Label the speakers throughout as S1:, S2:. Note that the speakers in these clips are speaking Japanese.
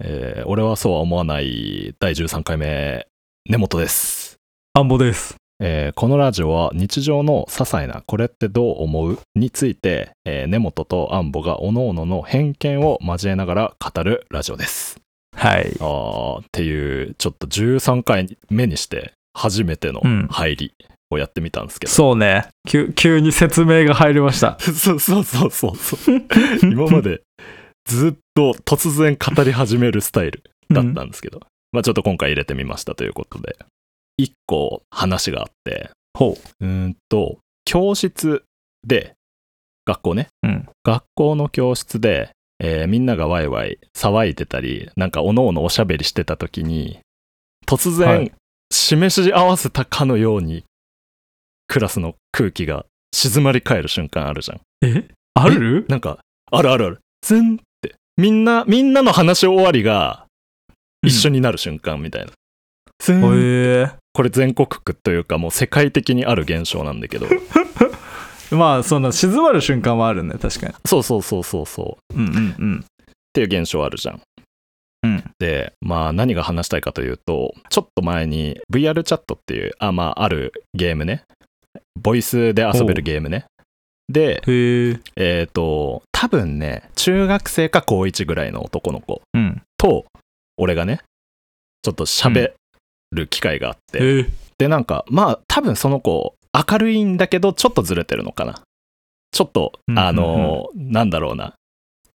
S1: えー俺はそうは思わない第13回目、根本です。
S2: 田んぼです。
S1: えーこのラジオは日常の些細なこれってどう思うについて、えー根本と安保が各々の偏見を交えながら語るラジオです。
S2: はい。
S1: あーっていう、ちょっと13回目にして初めての
S2: うん
S1: 入りをやってみたんですけど。
S2: そうね。急、急に説明が入りました。
S1: そうそうそうそうそう。 今までずっと突然語り始めるスタイル。だったんですけど、まあちょっと今回入れてみましたということで一個話があって
S2: ほ
S1: うーんと教室で学校ね
S2: うん。うん。
S1: 学校の教室で、えーみんながワイワイ騒いでたりなんかおのおのおしゃべりしてた時に突然、
S2: はい
S1: 示し合わせたかのようにクラスの空気が静まり返る瞬間あるじゃん
S2: えある
S1: なんかあるあるあるずんってみんなみんなの話終わりが一緒
S2: に。
S1: になる瞬間みたいな。す
S2: うんんへ
S1: これ全国区というかもう世界的にある現象なんだ けど
S2: えまあ、その、静まる瞬間はあるね、確かに。
S1: そうそうそうそうそうっ
S2: うんうんうん。
S1: ていう現象あるじゃん。
S2: うん
S1: でまあ何が話したいかというとちょっと前に VR チャットっていうあまああるゲームねボイスで遊べるゲームねで
S2: へえ。
S1: えっ、と多分ね中学生か高1ぐらいの男の子
S2: うん。
S1: と俺がねちょっと喋る機会があって、
S2: へえ。
S1: でなんかまあ多分その子明るいんだけどちょっとずれてるのかなちょっと
S2: うん
S1: あのーなんだろうな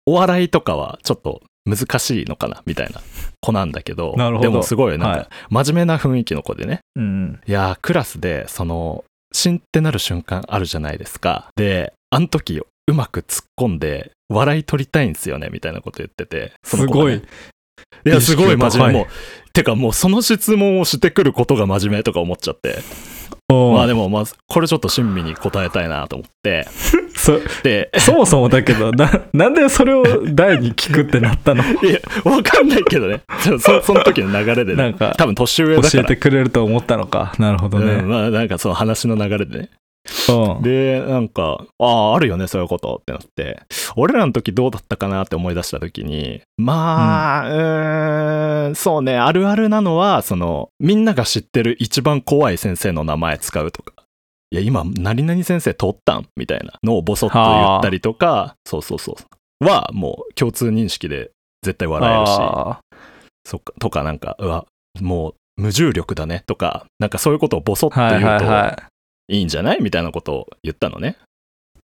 S1: お笑いとかはちょっと難しいのかなみたいな子なんだけど
S2: なるほど
S1: でもすごいなんか真面目な雰囲気の子でね
S2: うん。
S1: いやークラスでそのシンってなる瞬間あるじゃないですかであの時うまく突っ込んで笑い取りたいんですよねみたいなこと言っててそ
S2: す
S1: の子
S2: ご
S1: がね
S2: い。
S1: いやすごい真面目
S2: 意識高い
S1: もうてかもうその質問をしてくることが真面目とか思っちゃってま
S2: ま
S1: あでもまあこれちょっと親身に答えたいなと思って
S2: そ、
S1: で
S2: そもそもだけど、な、なんでそれを第に聞くってな ったの
S1: いやわかんないけ どねそそその時の流れで
S2: な
S1: ね
S2: んか、
S1: 多分年上だから
S2: 教えてくれると思ったのか。なるほどね。う
S1: うん
S2: ん
S1: まあなんかその話の流れでねでなんかあああるよねそういうことってなって俺らの時どうだったかなって思い出した時にまあ、うーんそうねあるあるなのはそのみんなが知ってる一番怖い先生の名前使うとかいや今何々先生通ったんみたいなのをボソッと言ったりとかそうそうそうはもう共通認識で絶対笑えるし
S2: あ
S1: そっかとかなんかうわもう無重力だねとかなんかそういうことをボソッと
S2: ーはい
S1: 言う
S2: はい
S1: と
S2: はい。
S1: いいんじゃないみたいなことを言ったのね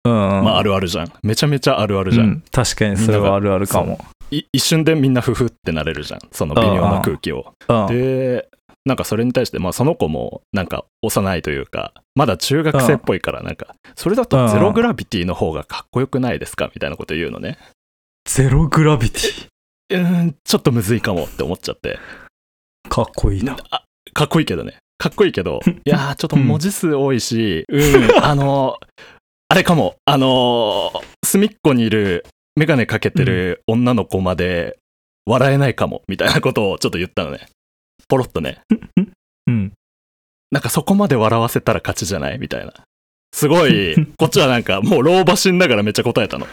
S2: うんうん。
S1: まああるあるじゃん。めちゃめちゃあるあるじゃん。
S2: うん確かにそれはあるあるかも。
S1: い一瞬でみんなフフってなれるじゃん。その微妙な空気を。
S2: うん
S1: で、なんかそれに対して、まあその子もなんか幼いというか、まだ中学生っぽいから、なんか、それだとゼログラビティの方がかっこよくないですかみたいなこと言うのね。
S2: ゼログラビティ。
S1: うーん、ちょっとむずいかもって思っちゃって。
S2: かっこいいな。
S1: あかっこいいけどね。かっこいいけど、いやー、ちょっと文字数多いし、うん、あのーあれかも、あのー隅っこにいるメガネかけてる女の子まで笑えないかも、みたいなことをちょっと言ったのね。ポロッとね。
S2: うん。
S1: なんかそこまで笑わせたら勝ちじゃないみたいな。すご い、こっちはなんかもう老婆しんながらめっちゃ答えたの。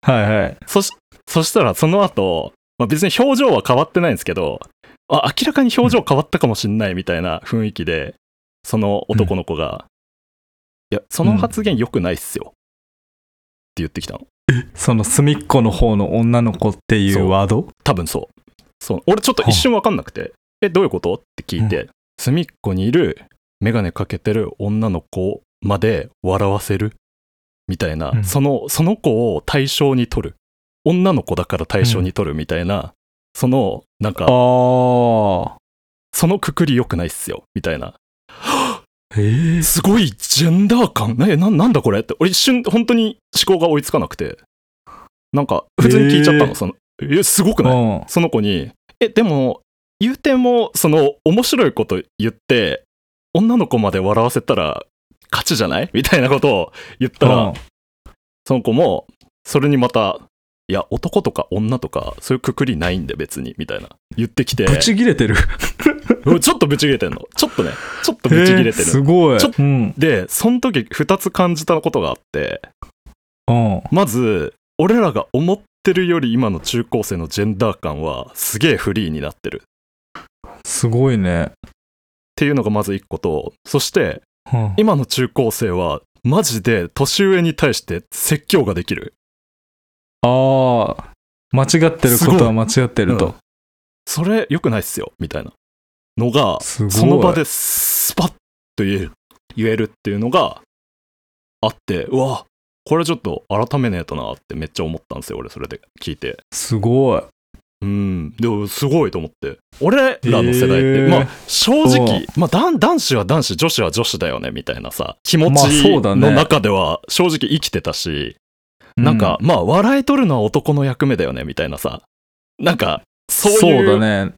S2: はいはい。
S1: そし、そしたらその後、まあ、別に表情は変わってないんですけど、あ、明らかに表情変わったかもしんないみたいな雰囲気で、その男の子が、いや、その発言良くないっすよ。って言ってきたの。
S2: その隅っこの方の女の子ってい
S1: そう
S2: うワード
S1: 多分そう。そう。俺ちょっと一瞬わかんなくて、え、どういうことって聞いて、隅っこにいるメガネかけてる女の子まで笑わせるみたいな、
S2: うん
S1: その、その子を対象に取る。女の子だから対象に取るみたいな、その、なんか、
S2: ああ。
S1: そのくくり良くないっすよ、みたいな。
S2: ええ。
S1: すごいジェンダー感な、ななんだこれって、俺一瞬本当に思考が追いつかなくて、なんか普通に聞いちゃったの、
S2: えー
S1: その、え、すごく
S2: う
S1: ない
S2: ん。
S1: その子に、え、でも、言うても、その、面白いこと言って、女の子まで笑わせたら勝ちじゃないみたいなことを言ったら、
S2: うん
S1: その子も、それにまた、いや、男とか女とか、そういうくくりないんで別に、みたいな。言ってきて、
S2: ぶち切れてる。
S1: うんちょっとブチ切れてんの。ちょっとね、ちょっと ブチ切れて
S2: え
S1: る。
S2: ーすごい。
S1: ちょっ
S2: うん。
S1: で、その時2つ感じたことがあって、
S2: うん。
S1: まず、俺らが思っってるより今の中高生のジェンダー感はすげえフリーになってるっ
S2: すごいね。
S1: ていうのがまず一個と、そして
S2: うん
S1: 今の中高生はマジで年上に対して説教ができる。
S2: ああ、間違ってることは間違ってると。
S1: それ良くないっすよ、みたいなのが、
S2: すごい。
S1: その場でスパッと言える言えるっていうのがあってうわこれちょっと改めねえとなってめっちゃ思ったんですよ俺それで聞いて
S2: すごい。
S1: うんでもすごいと思って俺らの世代って、
S2: へえ
S1: まあ正
S2: う
S1: 直、まあ、男男子は男子女子は女子だよねみたいなさ気持
S2: まあ
S1: ち
S2: そうだね
S1: の中では正直生きてたし、
S2: う
S1: なんか、、まあ笑い取るのは男の役目だよねみたいなさなんかそういう
S2: そうだね。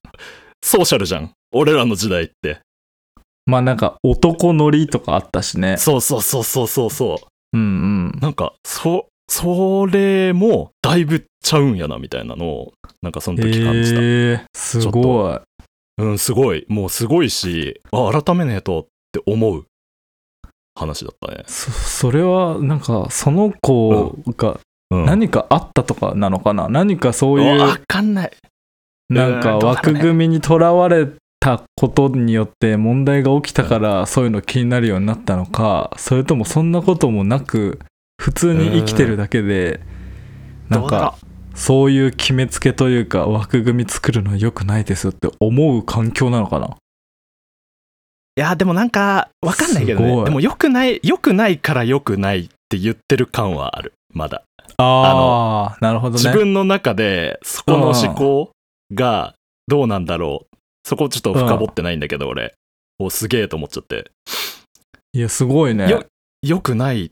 S1: ソーシャルじゃん俺らの時代って
S2: まあなんか、男乗りとかあったしね。
S1: そうそうそうそうそうそ
S2: うんうん
S1: う。なんかそそれもだいぶちゃうんやなみたいなのをなんかその時感じた、
S2: えー、すごい。
S1: うんすごいもうすごいしあ改めねえとって思う話だったね、
S2: そそれはなんかその子が
S1: うん、
S2: 何かあったとかなのかな、何かそういう
S1: わかんない
S2: なん
S1: う
S2: か
S1: んどうだろう
S2: 枠
S1: ね
S2: 組みにとらわれたことによって問題が起きたからそういうの気になるようになったのかそれともそんなこともなく普通に生きてるだけでなん
S1: どうだ
S2: か
S1: ろ
S2: そういう決めつけというか枠組み作るのは良くないですって思う環境なのかな
S1: ういやでもなんかわかんないけど
S2: すご
S1: ね
S2: い
S1: でもよくないよくないからよくないって言ってる感はあるまだ
S2: ああなるほど
S1: 自
S2: ね
S1: 分の中でそこの思考がどうなんだろうそこちょっと深掘ってないんだけど俺おすげえと思っちゃって
S2: いやすごいね
S1: よ良くないっ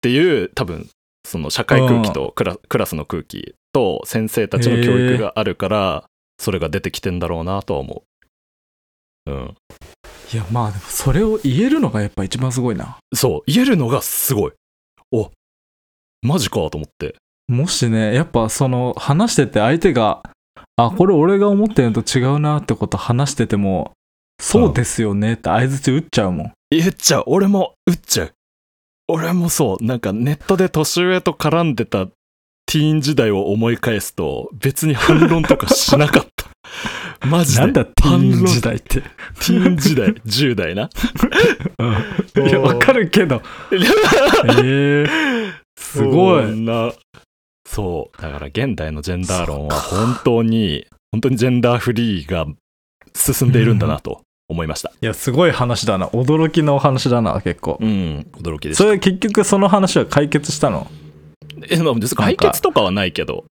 S1: ていう多分その社会空気とクラクラスの空気と先生たちの教育があるからそれが出てきてんだろうなとは思ううん
S2: いやまあでもそれを言えるのがやっぱ一番すごいな
S1: そう言えるのがすごいおマジかと思って
S2: もしねやっぱその話してて相手があこれ俺が思ってるのと違うなってこと話しててもそうですよねって相づち打っちゃうもん
S1: 言っちゃう俺も打っちゃう俺もそうなんかネットで年上と絡んでたティーン時代を思い返すと別に反論とかしなかった マジで
S2: なんだティーン時
S1: 代
S2: 代って
S1: ティーン時代10代な
S2: いや
S1: おー
S2: わかるけどええすご
S1: そ
S2: い
S1: んなそうだから現代のジェンダー論は本当に本当にジェンダーフリーが進んでいるんだなと思いました
S2: いやすごい話だな驚きのお話だな結構
S1: うん、驚きでした
S2: それ結局その話は解決したの
S1: えまあ別に解決とかはないけど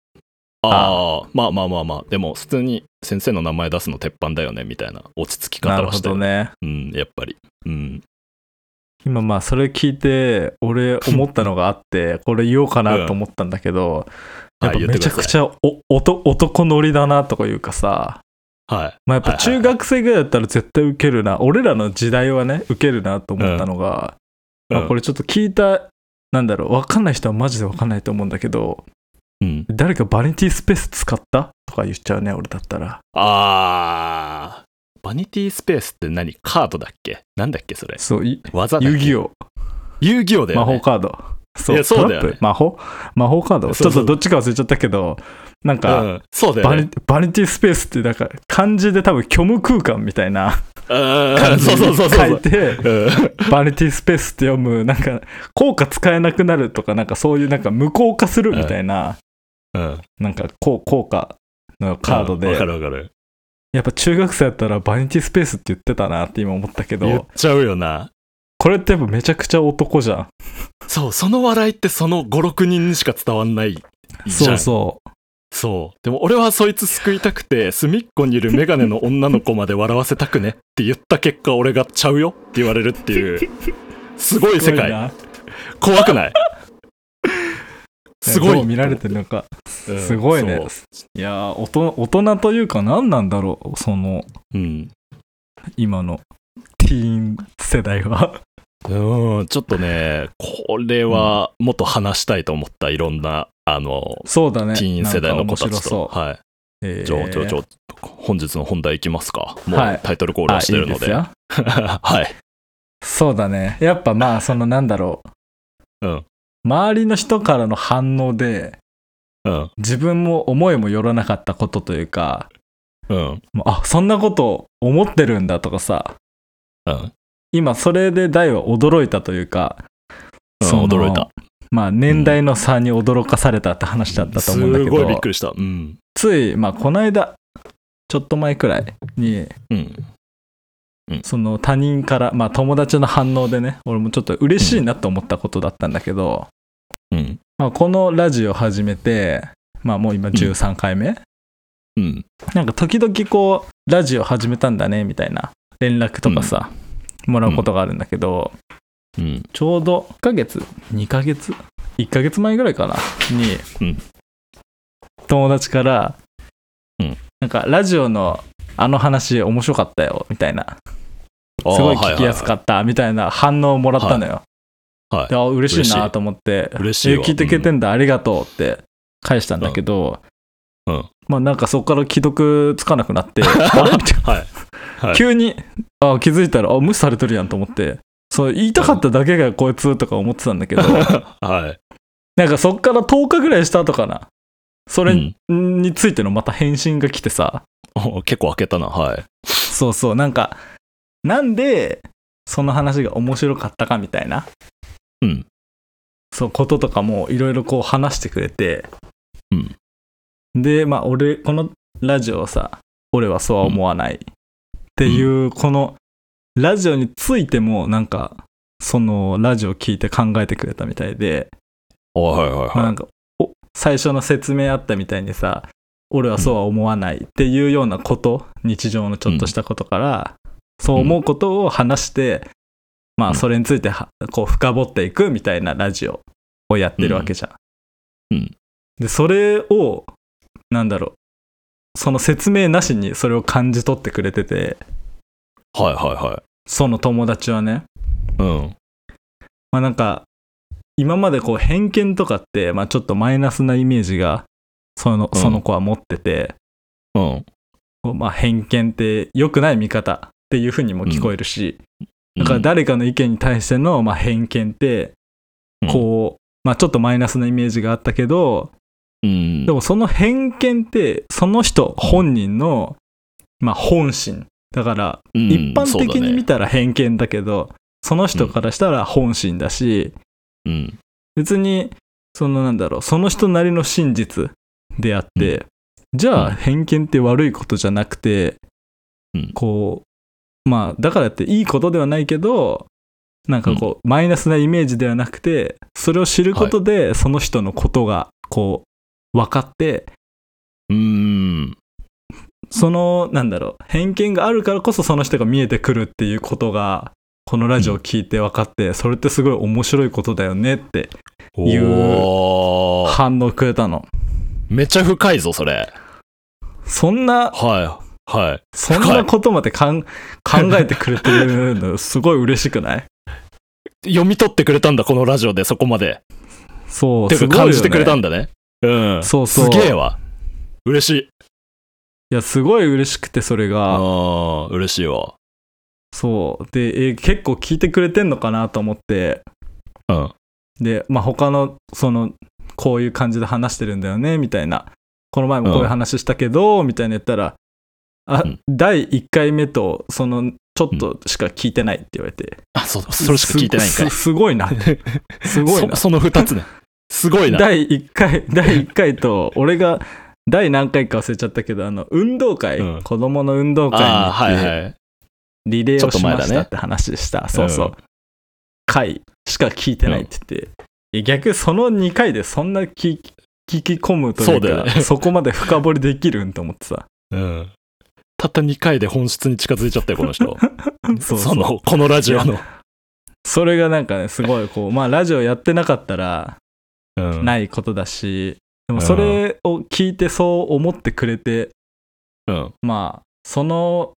S1: ああまあまあまあまあでも普通に先生の名前出すの鉄板だよねみたいな落ち着き
S2: な
S1: 方
S2: る
S1: は
S2: ほ
S1: して
S2: どね
S1: うんやっぱりうん
S2: 今まあそれ聞いて俺思ったのがあって これ言おうかなと思ったんだけど、
S1: うん
S2: やっ
S1: は
S2: ぱ
S1: い言って
S2: め
S1: く
S2: ち
S1: だ
S2: ゃ
S1: さい
S2: くちゃおおと男乗りだなとかいうかさ、
S1: はい
S2: まあ、やっぱ
S1: はいはいは
S2: 中
S1: い
S2: 学生ぐらいだったら絶対ウケるな、俺らの時代はねウケるなと思ったのが、まあ、こ
S1: れ
S2: れちょっと聞いたなんだろう分かんない人はマジで分かんないと思うんだけど
S1: うん
S2: 誰かバニティスペース使ったとか言っちゃうね俺だったら
S1: ああバニティスペースって何カードだっけなんだっけそれ
S2: そうい
S1: 技だっ
S2: 遊
S1: け
S2: 戯王
S1: 遊戯王だよ、
S2: 魔
S1: ね、
S2: 法カード。そ
S1: いやそうだよね
S2: トラップ魔法魔法カード
S1: そうそう
S2: ちょっとどっちか忘れちゃったけど、なん
S1: う
S2: か、
S1: ん、そうだよ
S2: バ
S1: ね
S2: ニバニティスペースって、なんか、漢字で多分虚無空間みたいな
S1: うん
S2: 感じ
S1: そうそうそう
S2: に
S1: そ
S2: 書いうて、
S1: うん
S2: バニティスペースって読む、なんか、効果使えなくなるとか、なんかそういう、なんか無効化するみたいな、
S1: うん
S2: なんか効効果のカード
S1: わか
S2: で、
S1: るわかる
S2: やっぱ中学生だったらバニティスペースって言ってたなって今思ったけ
S1: 言っ
S2: ど、
S1: ちゃうよな
S2: これってやっぱめちゃくちゃ男じゃん。
S1: そうその笑いってその56人にしか伝わんないじゃん
S2: そうそう。
S1: そう。でも俺はそいつ救いたくて、隅っこにいるメガネの女の子まで笑わせたくねって言った結果、俺がちゃうよって言われるっていう、すごい世
S2: すごい
S1: 界。
S2: な
S1: 怖くないすご
S2: ど。
S1: いう
S2: 見られてるのか。
S1: うん
S2: すごいね
S1: そう。
S2: いやー大人大人というか何なんだろうその
S1: うん。
S2: 今のティーン世代は
S1: うん、ちょっとね、これはもっと話したいと思った、いろんな、あの、
S2: そうだね
S1: ティーン世代の子た
S2: なんか面白
S1: ちと。
S2: そ
S1: は
S2: う、え
S1: い。
S2: ー
S1: じゃあ、じゃあ、じゃあ本日の本題いきますか。も
S2: はいう
S1: タイトルコールはしてるので。
S2: あ いい
S1: は
S2: ですよ
S1: い。
S2: そうだねやっぱまあそのなんだろう
S1: うん。
S2: 周りの人からの反応で
S1: うん。
S2: 自分も思いもよらなかったことというか
S1: うん。
S2: もうあそんなこと思ってるんだとかさ
S1: うん。
S2: 今それで大は驚いたというか、
S1: うん
S2: その
S1: 驚いた。
S2: まあ、年代の差に驚かされたって話だったと思うんだけ
S1: す
S2: ど、
S1: ごいびっくりした。うん。
S2: つい、まあ、この間ちょっと前くらいに
S1: うん。
S2: その他人から、まあ、友達の反応でね俺もちょっと嬉しいなと思ったことだったんだけど、
S1: うん。
S2: まあ、このラジオ始めて、まあ、もう今13回目、
S1: うん。
S2: なんか時々こうラジオ始めたんだねみたいな連絡とかさ、もらうことがあるんだけど、
S1: うん。
S2: ちょうど1ヶ月2ヶ月1ヶ月前ぐらいかなに、
S1: うん
S2: 友達から、
S1: うん
S2: なんかラジオのあの話面白かったよみたいなすごい聞きやすか
S1: っ
S2: ったみたいな反応をもらったのよ、
S1: た。はい
S2: で
S1: はい。
S2: あ嬉しいなと思って
S1: 嬉しいわ
S2: え聞いてくれてんだ、ありがとうって返したんだけど、
S1: うんうん
S2: まあなんかそこから既読つかなくなっ てあれみたいな
S1: はい。はい
S2: 急にあ気づいたらあ無視されてるやんと思ってそう言いたかっただけがこいつとか思ってたんだ けど
S1: はい。
S2: なんかそっから10日ぐらいした後かなそれに,、ついてのまた返信が来てさ
S1: お結構開けたな。はい。
S2: そうそうなんかなんでその話が面白かったかみたいな
S1: うん。
S2: そうこととかもいろいろこう話してくれて、
S1: うん
S2: でまあ俺このラジオをさ俺はそうは思わないっていう、このラジオについてもなんかそのラジオを聞いて考えてくれたみたいで、
S1: おはいはい
S2: まあな
S1: は
S2: んかお最初の説明あったみたいにさ俺はそうは思わないっていうようなこと、日常のちょっとしたことから、そう思うことを話して、ま
S1: う
S2: あ
S1: ん
S2: それについてはこう深掘っていくみたいなラジオをやってるわけじゃん。
S1: うんうん
S2: でそれをなんだろうその説明なしにそれを感じ取ってくれてて
S1: い。はいはいは
S2: その友達はね。
S1: い。うん。
S2: まあなんか今までこう偏見とかって、まあ、ちょっとマイナスなイメージがその
S1: うん
S2: その子は持ってて、
S1: うん。
S2: こうまあ、偏見って良くない見方っていうふうにも聞こえるし、だから誰かの意見に対してのまあ偏見ってこう、まあ、ちょっとマイナスなイメージがあったけど
S1: うん。
S2: でもその偏見ってその人本人のまあ本心だから
S1: うん、
S2: 一般
S1: そうだ
S2: 的に見
S1: ね
S2: たら偏見だけど、その人からしたら本心だし、
S1: うん。
S2: 別にそのなんだろうその人なりの真実であって、じゃ
S1: う
S2: あ
S1: ん
S2: 偏見って悪いことじゃなくて、
S1: うん
S2: こうまあだからっていいことではないけどなんかこう、マイナスなイメージではなくてそれを知ることで、その人のことがこう分かって
S1: うん。
S2: そのなんだろう偏見があるからこそその人が見えてくるっていうことがこのラジオを聞いて分かって、それってすごい面白いことだよねっていう
S1: おー
S2: 反応くれたの。
S1: めっちゃ深いぞ、それ。
S2: そんな
S1: はい。はい。
S2: そんなことまで かん考えてくれてるのすごい嬉しくない
S1: 読み取ってくれたんだ、このラジオで、そこまで。
S2: そう、
S1: てか
S2: すごいよ
S1: 感
S2: ね
S1: じてくれたんだね。うん。
S2: そうそう
S1: すげえわ。嬉しい。
S2: いや、すごい嬉しくて、それ
S1: あ
S2: が。
S1: あ、嬉しいわ。
S2: そう。で、えー結構聞いてくれてんのかなと思って、
S1: うん。
S2: で、まあ、他の、その、こういう感じで話してるんだよね、みたいな。この前もこういう話したけど、みたいな言ったら、あ、
S1: うん
S2: 第1回目と、その、ちょっとしか聞いてないって言われて。
S1: あ、そう、それしか聞いてないんかい
S2: す。 すごいな。すごい
S1: そ。
S2: な
S1: その二つね。すごいな。
S2: 第1回 第1回と俺が第何回か忘れちゃったけどあの運動会、
S1: うん
S2: 子供の運動会に
S1: ああ、は
S2: 行
S1: い
S2: って
S1: はい。
S2: リレーをしま
S1: ちょっと前だ
S2: し
S1: ね
S2: たって話した、そうそう、
S1: うん
S2: 回しか聞いてないって言って、いや逆にその2回でそんな聞き聞き込むとい
S1: そう
S2: うか
S1: だよね
S2: そこまで深掘りできるんと思ってさ
S1: うん。たった2回で本質に近づいちゃったよ、この人。
S2: そうそ
S1: その、このラジオの。
S2: それがなんかねすごいこうまあラジオやってなかったら
S1: うん。
S2: ないことだし、でもそれを聞いてそう思ってくれて、
S1: うん。
S2: まあその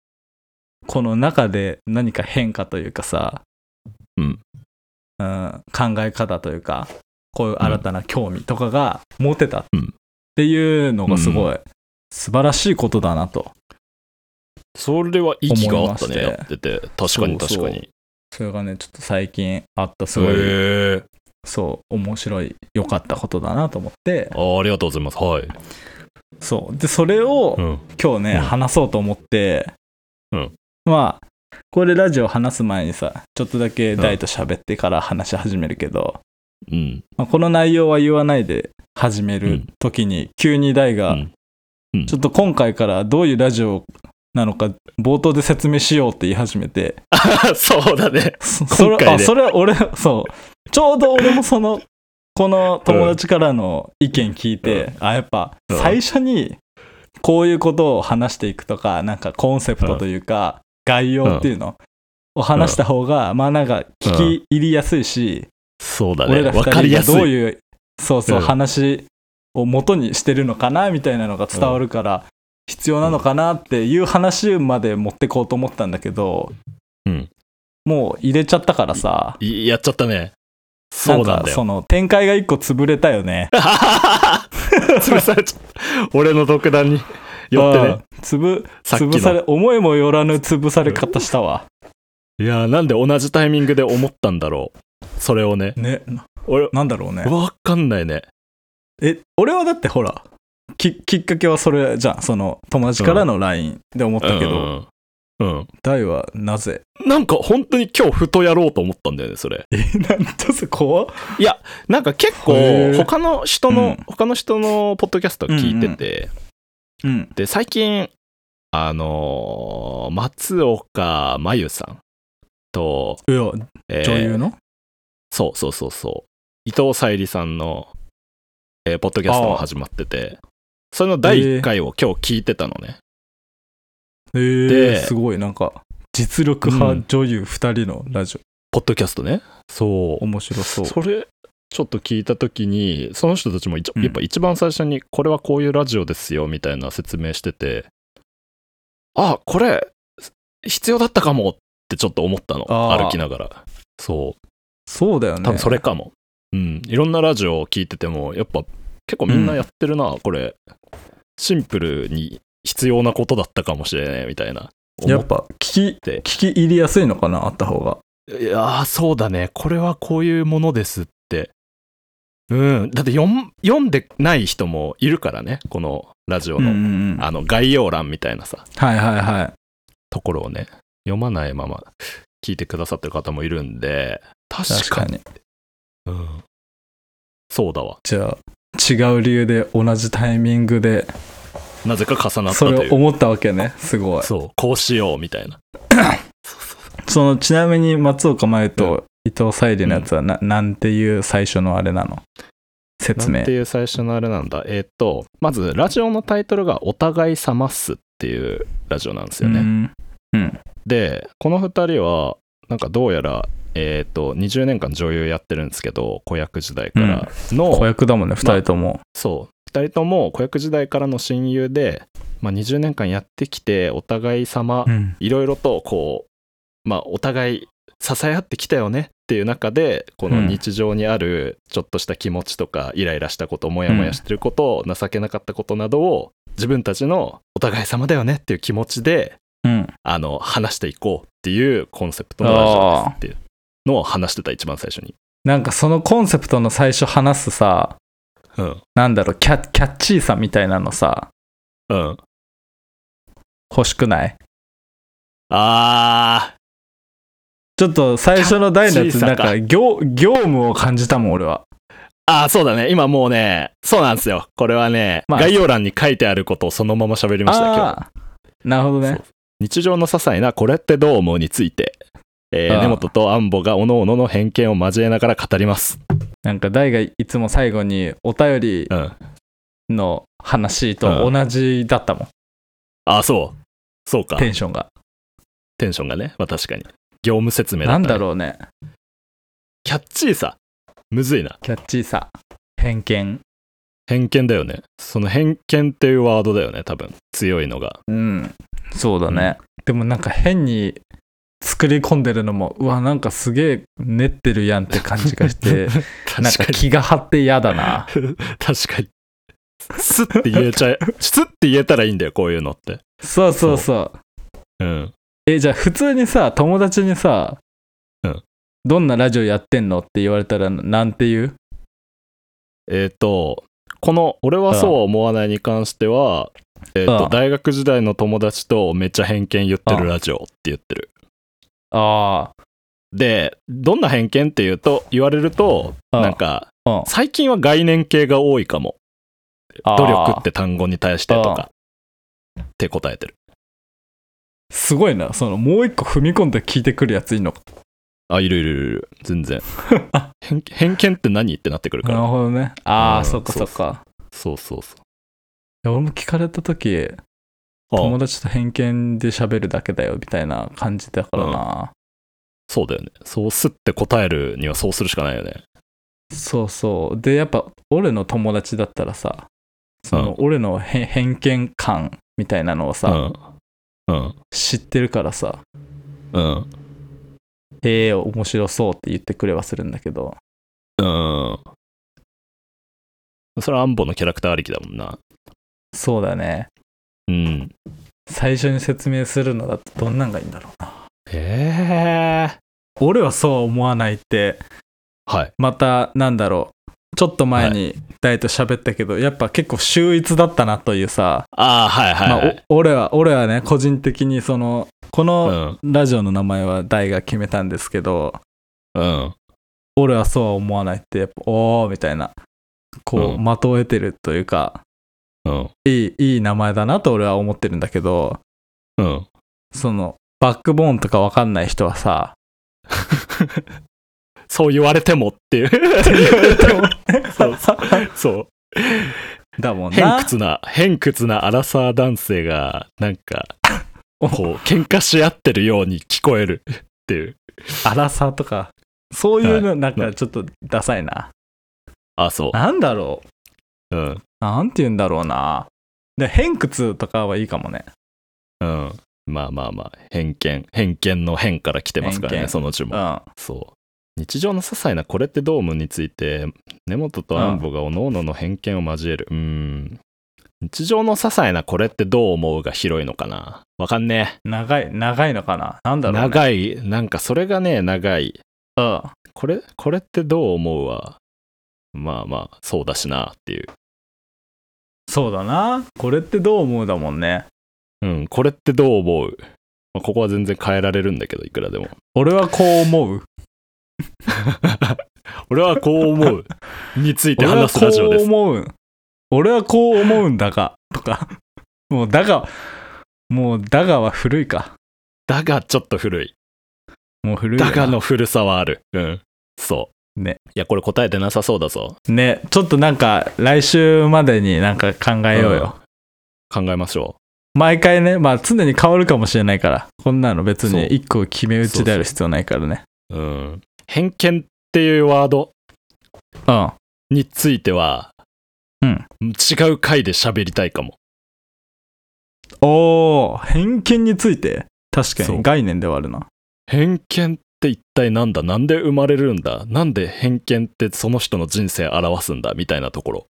S2: この中で何か変化というかさ、
S1: うん
S2: うん考え方というかこういう新たな興味とかが持てたっ
S1: うん
S2: ていうのがすごい素晴らしいことだなと、
S1: それは息があったね、
S2: 思いまして
S1: やってて。確かに
S2: そう
S1: 確
S2: そう
S1: かに。
S2: それがねちょっと最近あったす
S1: へ
S2: ごい
S1: え。
S2: そう、面白い、良かったことだなと思って、
S1: あありがとうございます。はい。
S2: そう。で、それを
S1: うん。
S2: 今日ね、
S1: うん
S2: 話そうと思って、
S1: うん
S2: まあ、これラジオ話す前にさ、ちょっとだけダイと喋ってから話し始めるけど、
S1: うん。
S2: まあ、この内容は言わないで始め
S1: う
S2: る
S1: ん
S2: 時に、急にダイが、
S1: うん
S2: ちょっと今回からどういうラジオなのか冒頭で説明しようって言い始 めて、
S1: あそうだね。
S2: そそれ
S1: 今回
S2: あ
S1: で
S2: それ俺そうちょうど俺もそのこの友達からの意見聞いて、あやっぱ
S1: うん
S2: 最初にこういうことを話していくとかなんかコンセプトというか、概要っていうのを話した方が、まあなんか聞き入りやすいし、
S1: そうだね。
S2: 俺ら
S1: わか
S2: 二
S1: り
S2: 人
S1: や
S2: が
S1: す
S2: どう
S1: い。
S2: いうそうそう
S1: うん
S2: 話を元にしてるのかなみたいなのが伝わるから、必要なのかなっていう話まで持ってこうと思ったんだけど、
S1: うん
S2: もう入れちゃったからさ
S1: いやっちゃったね。そうなん
S2: か
S1: だよ
S2: そ。の展開が一個潰れたよね。
S1: 潰されちゃった。俺の独断によってね。
S2: うん潰
S1: さっきの
S2: 潰され、思いもよらぬ潰され方したわ。
S1: いやーなんで同じタイミングで思ったんだろう。それをね。
S2: ね、な
S1: 俺、
S2: なんだろうね。
S1: わかんないね。
S2: え、俺はだってほら、ききっかけはそれじゃん。その友達からの LINE で思ったけど、
S1: うんうんうん。
S2: 大、はなぜ
S1: なんか本当に今日ふとやろうと思ったんだよね、それ。
S2: え、なんだそこはい
S1: や、なんか結
S2: へ
S1: 構
S2: ー
S1: 他の人の、
S2: うん
S1: 他の人のポッドキャスト聞いてて、
S2: うん。
S1: で、最近、あのー松岡真優さんと、
S2: いや、女
S1: えー
S2: 優の、
S1: そうそうそうそう。伊藤沙莉さんの、えーポッドキャストも始まってて、それの第1回を今日聞いてたのね。
S2: え
S1: です
S2: ごい、なんか、実力派女優2人のラジ
S1: ポッドキャストね。そ。
S2: オ、面白そうう。
S1: それ、ちょっと聞いたときに、その人たちも一
S2: うん
S1: やっぱ一番最初に、これはこういうラジオですよみたいな説明してて、あ、これ、必要だったかもってちょっと思ったの。
S2: あー
S1: 歩きながら。そう。
S2: そうだよね。
S1: 多分それかも、うんいろんなラジオを聞いててもやっぱ結構みんなやってるな、これシンプルに必要なことだったかもしれないみたいな
S2: やっぱ聞き、
S1: て
S2: 聞き入りやすいのかな、あった方が。
S1: いやーそうだねこれはこういうものですってうんだって読ん読んでない人もいるからねこのラジオの、
S2: うんうんうん
S1: あの概要欄みたいなさ
S2: はいはいはい。
S1: ところをね読まないまま聞いてくださってる方もいるんで確かに
S2: 確かに。
S1: うん、そうだわ
S2: じゃあ、違う理由で同じタイミングで、
S1: なぜか重なった
S2: そ
S1: と
S2: れ
S1: いう
S2: を思ったわけね。すごい。
S1: そう、こうしようみたいな。
S2: その、ちなみに松岡茉優と伊藤沙莉のやつはな、なんていう最初のあれなの説
S1: な
S2: 明
S1: んて。いう最初のあれなんだ。えっ、と、まず、ラジオのタイトルが、お互い様っすっていうラジオなんですよね。
S2: うん
S1: で、この2人は、なんかどうやら、えっ、と、20年間女優やってるんですけど、子役時代からの、
S2: 子役だもんね、二人とも。
S1: そう、2人とも子役時代からの親友で、まあ、20年間やってきて、お互い様、
S2: うん
S1: いろいろとこう、まあ、お互い支え合ってきたよねっていう中でこの
S2: うん
S1: 日常にあるちょっとした気持ちとかイライラしたことモヤモヤしてること情けなかったことなどを自分たちのお互い様だよねっていう気持ちで
S2: うん。
S1: あの話していこうっていうコンセプトのラジオですっていうのを話してた一番最初に。
S2: なんかそのコンセプトの最初話すさ、
S1: うん
S2: なんだろう、キャキャッチーさみたいなのさ、
S1: うん、
S2: 欲しくない
S1: あ
S2: ちょっと最初の台のや
S1: キャッチ
S2: つ、
S1: ーさ
S2: なん
S1: か
S2: か業、業務を感じたもん、俺は。
S1: ーあーそうだね今もうねそうなんですよこれはね、
S2: まあ
S1: 概要欄に書いてあることをそのまま喋りました今日。
S2: あーなるほどね。
S1: 日常の些細なこれってどう思うについて、えー
S2: ああ
S1: 根本と安保が各々の偏見を交えながら語ります。
S2: なんか大がいつも最後にお便り
S1: うん。あ
S2: の話と同じだったもん、
S1: あ、そう。そうか。
S2: テンションが。
S1: テンションがね。まあ確かに。業務説明だった
S2: な
S1: ね、
S2: んだろうね、
S1: キャッチーさ。むずいな。
S2: キャッチーさ、偏見。
S1: 偏見だよね。その偏見っていうワードだよね。多分。強いのが。
S2: うん、そうだね。でもなんか変に作り込んでるのも、うわ、なんかすげえ練ってるやんって感じが して、なん
S1: 確
S2: か
S1: かに。
S2: 気が張って嫌だな。
S1: 確かに。スッて言えちゃえ、スッて言えたらいいんだよ。こういうのって。
S2: そうそうそう。
S1: うん。
S2: え、じゃあ普通にさ、友達にさ、
S1: うん
S2: どんなラジオやってんのって言われたら、なんて言う
S1: えっ、と、この「俺はそうは思わない」に関しては、えっ
S2: う
S1: と
S2: ん
S1: 大学時代の友達とめっちゃ偏見言ってるラジオって言ってる。
S2: あ
S1: で、どんな偏見っていうと、言われると、
S2: あ。
S1: なんか、
S2: うん、うん
S1: 最近は概念系が多いかも。努力っ。
S2: あー
S1: て単語に対してとか。って答えてる。
S2: すごいな。その、もう一個踏み込んで聞いてくるやついんのか。
S1: あ、いるいるいるいる。全 然。偏偏見って何ってなってくるか
S2: なる
S1: ら。
S2: ほどね。
S1: う
S2: ああ、
S1: ん
S2: そっかそっ
S1: そ
S2: か。
S1: そうそうそ
S2: いや俺も聞かれたとき、
S1: う。あ
S2: 友達と偏見で喋るだけだよみたいな感じだからな。
S1: そうだよね。そうすって答えるにはそうするしかないよね。
S2: そうそう。で、やっぱ、俺の友達だったらさ、その、俺のへ偏見感みたいなのを
S1: う
S2: さ、
S1: ん。うん。
S2: 知ってるからさ、
S1: うん。
S2: ええ面白そうって言ってくれはするんだけど、
S1: うん。それはアンボのキャラクターありきだもんな。
S2: そうだね。
S1: うん。
S2: 最初に説明するのだとどんなんがいいんだろうな。
S1: へえ。
S2: 俺はそうは思わないって、
S1: はい。
S2: また、なんだろう。ちょっと前にダイと喋ったけど、やっぱ結構秀逸だったなというさ、
S1: ああ、はいはい、はい
S2: まあ、お俺は、俺はね、個人的にその、この
S1: うん。
S2: ラジオの名前は大が決めたんですけど、
S1: うん。
S2: 俺はそうは思わないって、やっぱ、おーみたいな、こ
S1: う
S2: う、
S1: ん
S2: 的を得てるというか、
S1: うん。
S2: いい、いい名前だなと俺は思ってるんだけど、
S1: うん。
S2: その、バックボーンとかわかんない人はさ、
S1: そう言われてもっていう。 そうそうそう。
S2: だもん
S1: 偏
S2: な。
S1: 屈な、偏屈なアラサー男性が、なんか、こう、喧嘩し合ってるように聞こえるっていう。
S2: 荒さとか、そういう
S1: は
S2: のなんかちょっとダサいな。
S1: あ、そ
S2: なんだろう。
S1: う。うん。
S2: なんて言うんだろうな。で、偏屈とかはいいかもね。
S1: うん。まあまあまあ、偏見。偏見の偏から来てますから
S2: 偏
S1: ね、
S2: 見
S1: そのうちも
S2: う。ん。
S1: そう。日常の些細なこれってどう思うについて、根本と安保がおののの偏見を交える。うーん。日常の些細なこれってどう思うが広いのかなわかんね
S2: 長い、長いのかな。なん
S1: え。
S2: だろう、ね。い。
S1: 長い。なんかそれがね、長い。
S2: うん。
S1: これ、これってどう思うは、まあまあ、そうだしなっていう。
S2: そうだな。これってどう思うだもんね。
S1: うん、これってどう思う、まあ、ここは全然変えられるんだけど、いくらでも。
S2: 俺はこう思う。
S1: 俺はこう思 うについて
S2: 俺は
S1: 話す
S2: こ
S1: ラジオ
S2: う
S1: です。
S2: 思う。俺はこう思うんだが。とか。もう、だが、もう、だがは古いか。
S1: だが、ちょっと古い。
S2: もう古いよ
S1: だ
S2: な。
S1: がの古さはある。うん。そう。
S2: ね。
S1: いや、これ答えてなさそうだぞ。
S2: ね、ちょっとなんか、来週までになんか考えようよ。
S1: 考えましょ
S2: 毎回ね、まあ常に変わるかもしれないから、こんなの別
S1: そう
S2: に一個決め打ちである必要ないからね。
S1: う。うん。偏見っていうワード
S2: うん。
S1: については、
S2: うん。
S1: 違う回で喋りたいかも。
S2: おー、偏見について確か
S1: そう
S2: に概念ではあるな。
S1: 偏見って一体なんだなんで生まれるんだなんで偏見ってその人の人生表すんだみたいなところ。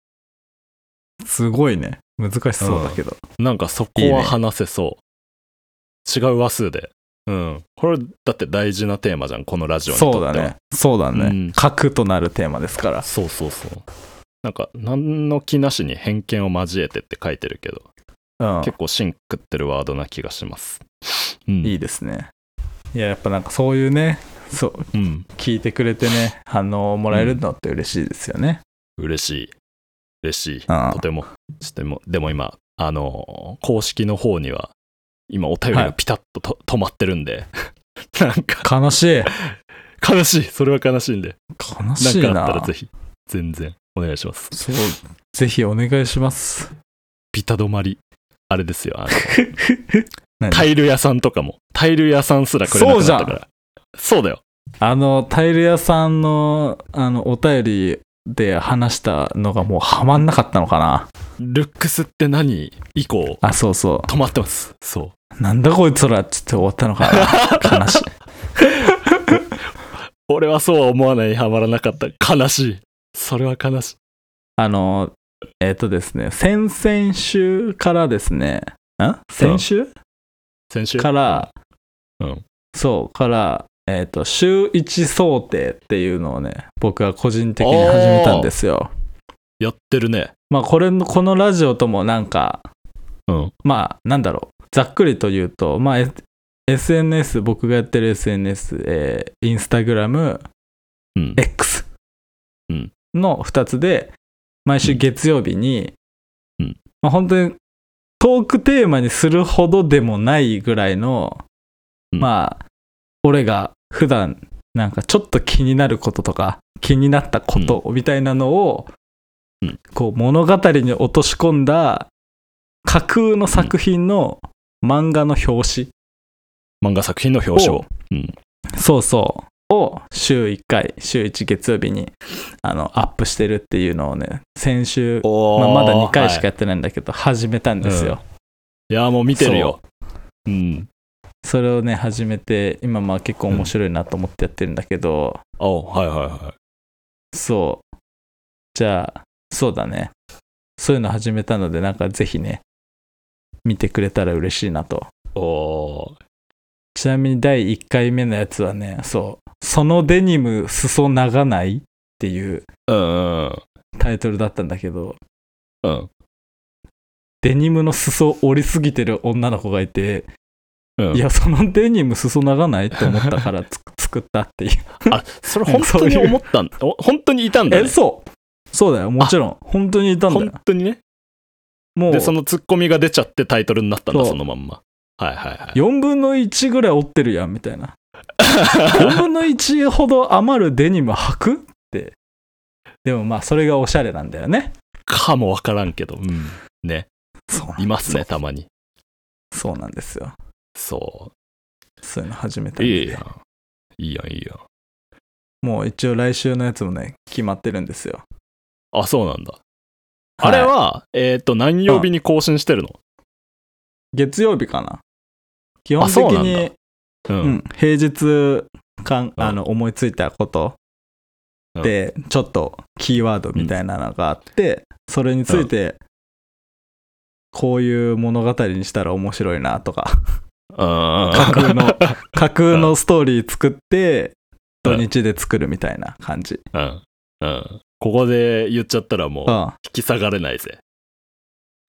S2: すごいね。難しそうだけど。
S1: なんかそこ
S2: いいね
S1: は話せそう。違う話数で。うん。これだって大事なテーマじゃん、このラジオにとっ
S2: そ
S1: て
S2: う
S1: は
S2: だね。そうだね。
S1: うん
S2: 核となるテーマですから。
S1: そうそうそう。なんか、何の気なしに偏見を交えてって書いてるけど、
S2: うん。
S1: 結構芯食ってるワードな気がします。うん。
S2: いいですね。いや、やっぱなんかそういうね、そう、
S1: うん。
S2: 聞いてくれてね、反応をもらえるのって嬉しいですよね。
S1: 嬉しい。嬉しい。
S2: うん
S1: とても。とても。でも今、あのー公式の方には、今お便りがピタッとと、止まってるんで、 なんか、
S2: 悲しい。
S1: 悲しい。それは悲しいんで、
S2: 悲
S1: な
S2: し
S1: ん
S2: い
S1: か
S2: な。
S1: あったらぜひ、全然お願いします。
S2: そう、ぜひお願いします。
S1: ピタ止まり。あれですよ、あの、タイル屋さんとかも、タイル屋さんすらくれなくなったから。そうだよ。
S2: あの、タイル屋さんの、あの、お便りで話したのがもうハマんなかったのかな。
S1: ルックスって何以降、
S2: あ、そうそ。
S1: 止まってます。そう
S2: なんだこいつらっつって終わったのかな。悲しい。
S1: う。俺はそうは思わない、ハマらなかった。悲しい。それは悲しい。
S2: あの、えっ、とですね、先々週からですね、ん先週
S1: 先週
S2: から、
S1: うん
S2: そう、から、えっ、と、週1想定っていうのをね、僕は個人的に始めたんですよ。
S1: やってるね。
S2: まあ、これの、このラジオともなんか、
S1: うん。
S2: まあ、なんだろう。ざっくりと言うと、まあ、S- SNS、僕がやってる SNS、えー、インスタグラム、
S1: うん。
S2: X
S1: うん
S2: の2つで、毎週月曜日に、
S1: うん
S2: まあ、本当にトークテーマにするほどでもないぐらいの、
S1: うん
S2: まあ、俺が普段なんかちょっと気になることとか、気になったことみたいなのを、
S1: うん
S2: こう物語に落とし込んだ架空の作品の漫画の表紙
S1: 漫画作品の表紙を。
S2: そうそう。を週1回、週1月曜日にあのアップしてるっていうのをね、先週、まあ、まだ2回しか
S1: はい
S2: やってないんだけど、始めたんですよ。
S1: いや、もう見てるよ。うん。
S2: それをね、始めて、今まあ結構面白いなと思ってやってるんだけど、
S1: あはいはいは
S2: そう。じゃあ、そうだね。そういうの始めたので、なんかぜひね、見てくれたら嬉しいなと。
S1: い。おー
S2: ちなみに第1回目のやつはね、そう、そのデニム裾長ないっていう
S1: うんうん
S2: タイトルだったんだけど、
S1: うん。
S2: デニムの裾を折りすぎてる女の子がいて、
S1: うん。
S2: いや、そのデニム裾長ないって思ったか らつ作ったっていう。
S1: あ、それ本当に思った んお本当にいたんだ
S2: え、
S1: ね。
S2: そうそうだよ、もちろん。本当にいたんだよ。
S1: 本当にね。
S2: もう、
S1: で、そのツッコミが出ちゃってタイトルになったんだ、
S2: そう
S1: そのまんま。はいはいはい。
S2: 4分の1ぐらい折ってるやん、みたい な。4分の1ほど余るデニム履くって。でもまあ、それがおしゃれなんだよね。
S1: かもわからんけど。うん。ね。
S2: そう
S1: いますね、たまに。
S2: そうなんですよ。
S1: そ
S2: そういうの始めた
S1: う。
S2: んで
S1: いいやん。いいやん、いいやん。
S2: もう一応来週のやつもね、決まってるんですよ。
S1: あ、そうなんだ。あれ
S2: い
S1: は、えっと、何曜日に更新してるの
S2: 月曜日かな。基本的
S1: そうなんだ
S2: に
S1: う。
S2: うんん、平日かん
S1: うん
S2: あの思いついたこと
S1: うん
S2: でちょっとキーワードみたいなのがあって、それについてこういう物語にしたら面白いなとか
S1: うん。
S2: 架空の架空のストーリー作って
S1: う
S2: 土
S1: ん
S2: 日で作るみたいな感じ、
S1: うん。うん。ここで言っちゃったらもう
S2: う、ん、
S1: 引き下がれないぜ。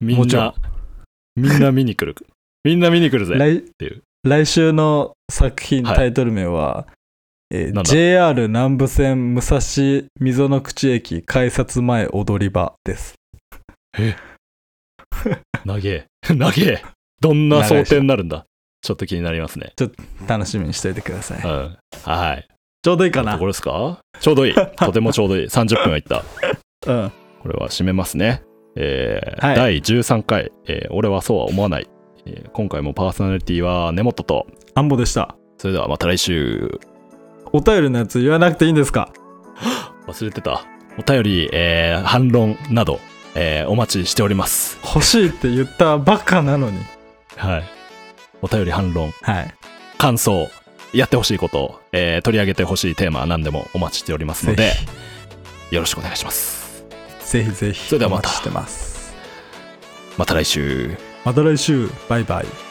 S1: み
S2: も
S1: ん
S2: ちろん
S1: な、みんな見に来る。 みんな見に来るぜ。
S2: 来
S1: いう
S2: 来週の作品
S1: はい
S2: タイトル名は、えー
S1: なんだ
S2: JR 南部線武蔵溝の口駅改札前踊り場です
S1: 投げ。 投げ。どんな想定になるんだちょっと気になりますね。
S2: 楽しみにしておいてください、
S1: うん。はい。
S2: ちょうどいいか
S1: と
S2: な
S1: ころですかちょうどいい。とてもちょうどいい。30分はい った。
S2: うん
S1: これは締めますね。えー
S2: はい
S1: 第13回、えー俺はそうは思わない、えー今回もパーソナリティは根本と、
S2: アンボでした。
S1: それではまた来週。
S2: お便りのやつ言わなくていいんですか
S1: 忘れてた。お便り、えー反論など、えーお待ちしております。
S2: 欲しいって言ったばっかなのに。
S1: はい。お便り反論、
S2: はい。
S1: 感想、やってほしいこと、えー取り上げてほしいテーマは何でもお待ちしておりますので
S2: ぜ、
S1: よろしくお願いします。
S2: ぜひぜひ。
S1: それではまた
S2: お待ちしてます。
S1: また来週。
S2: また来週。バイバイ。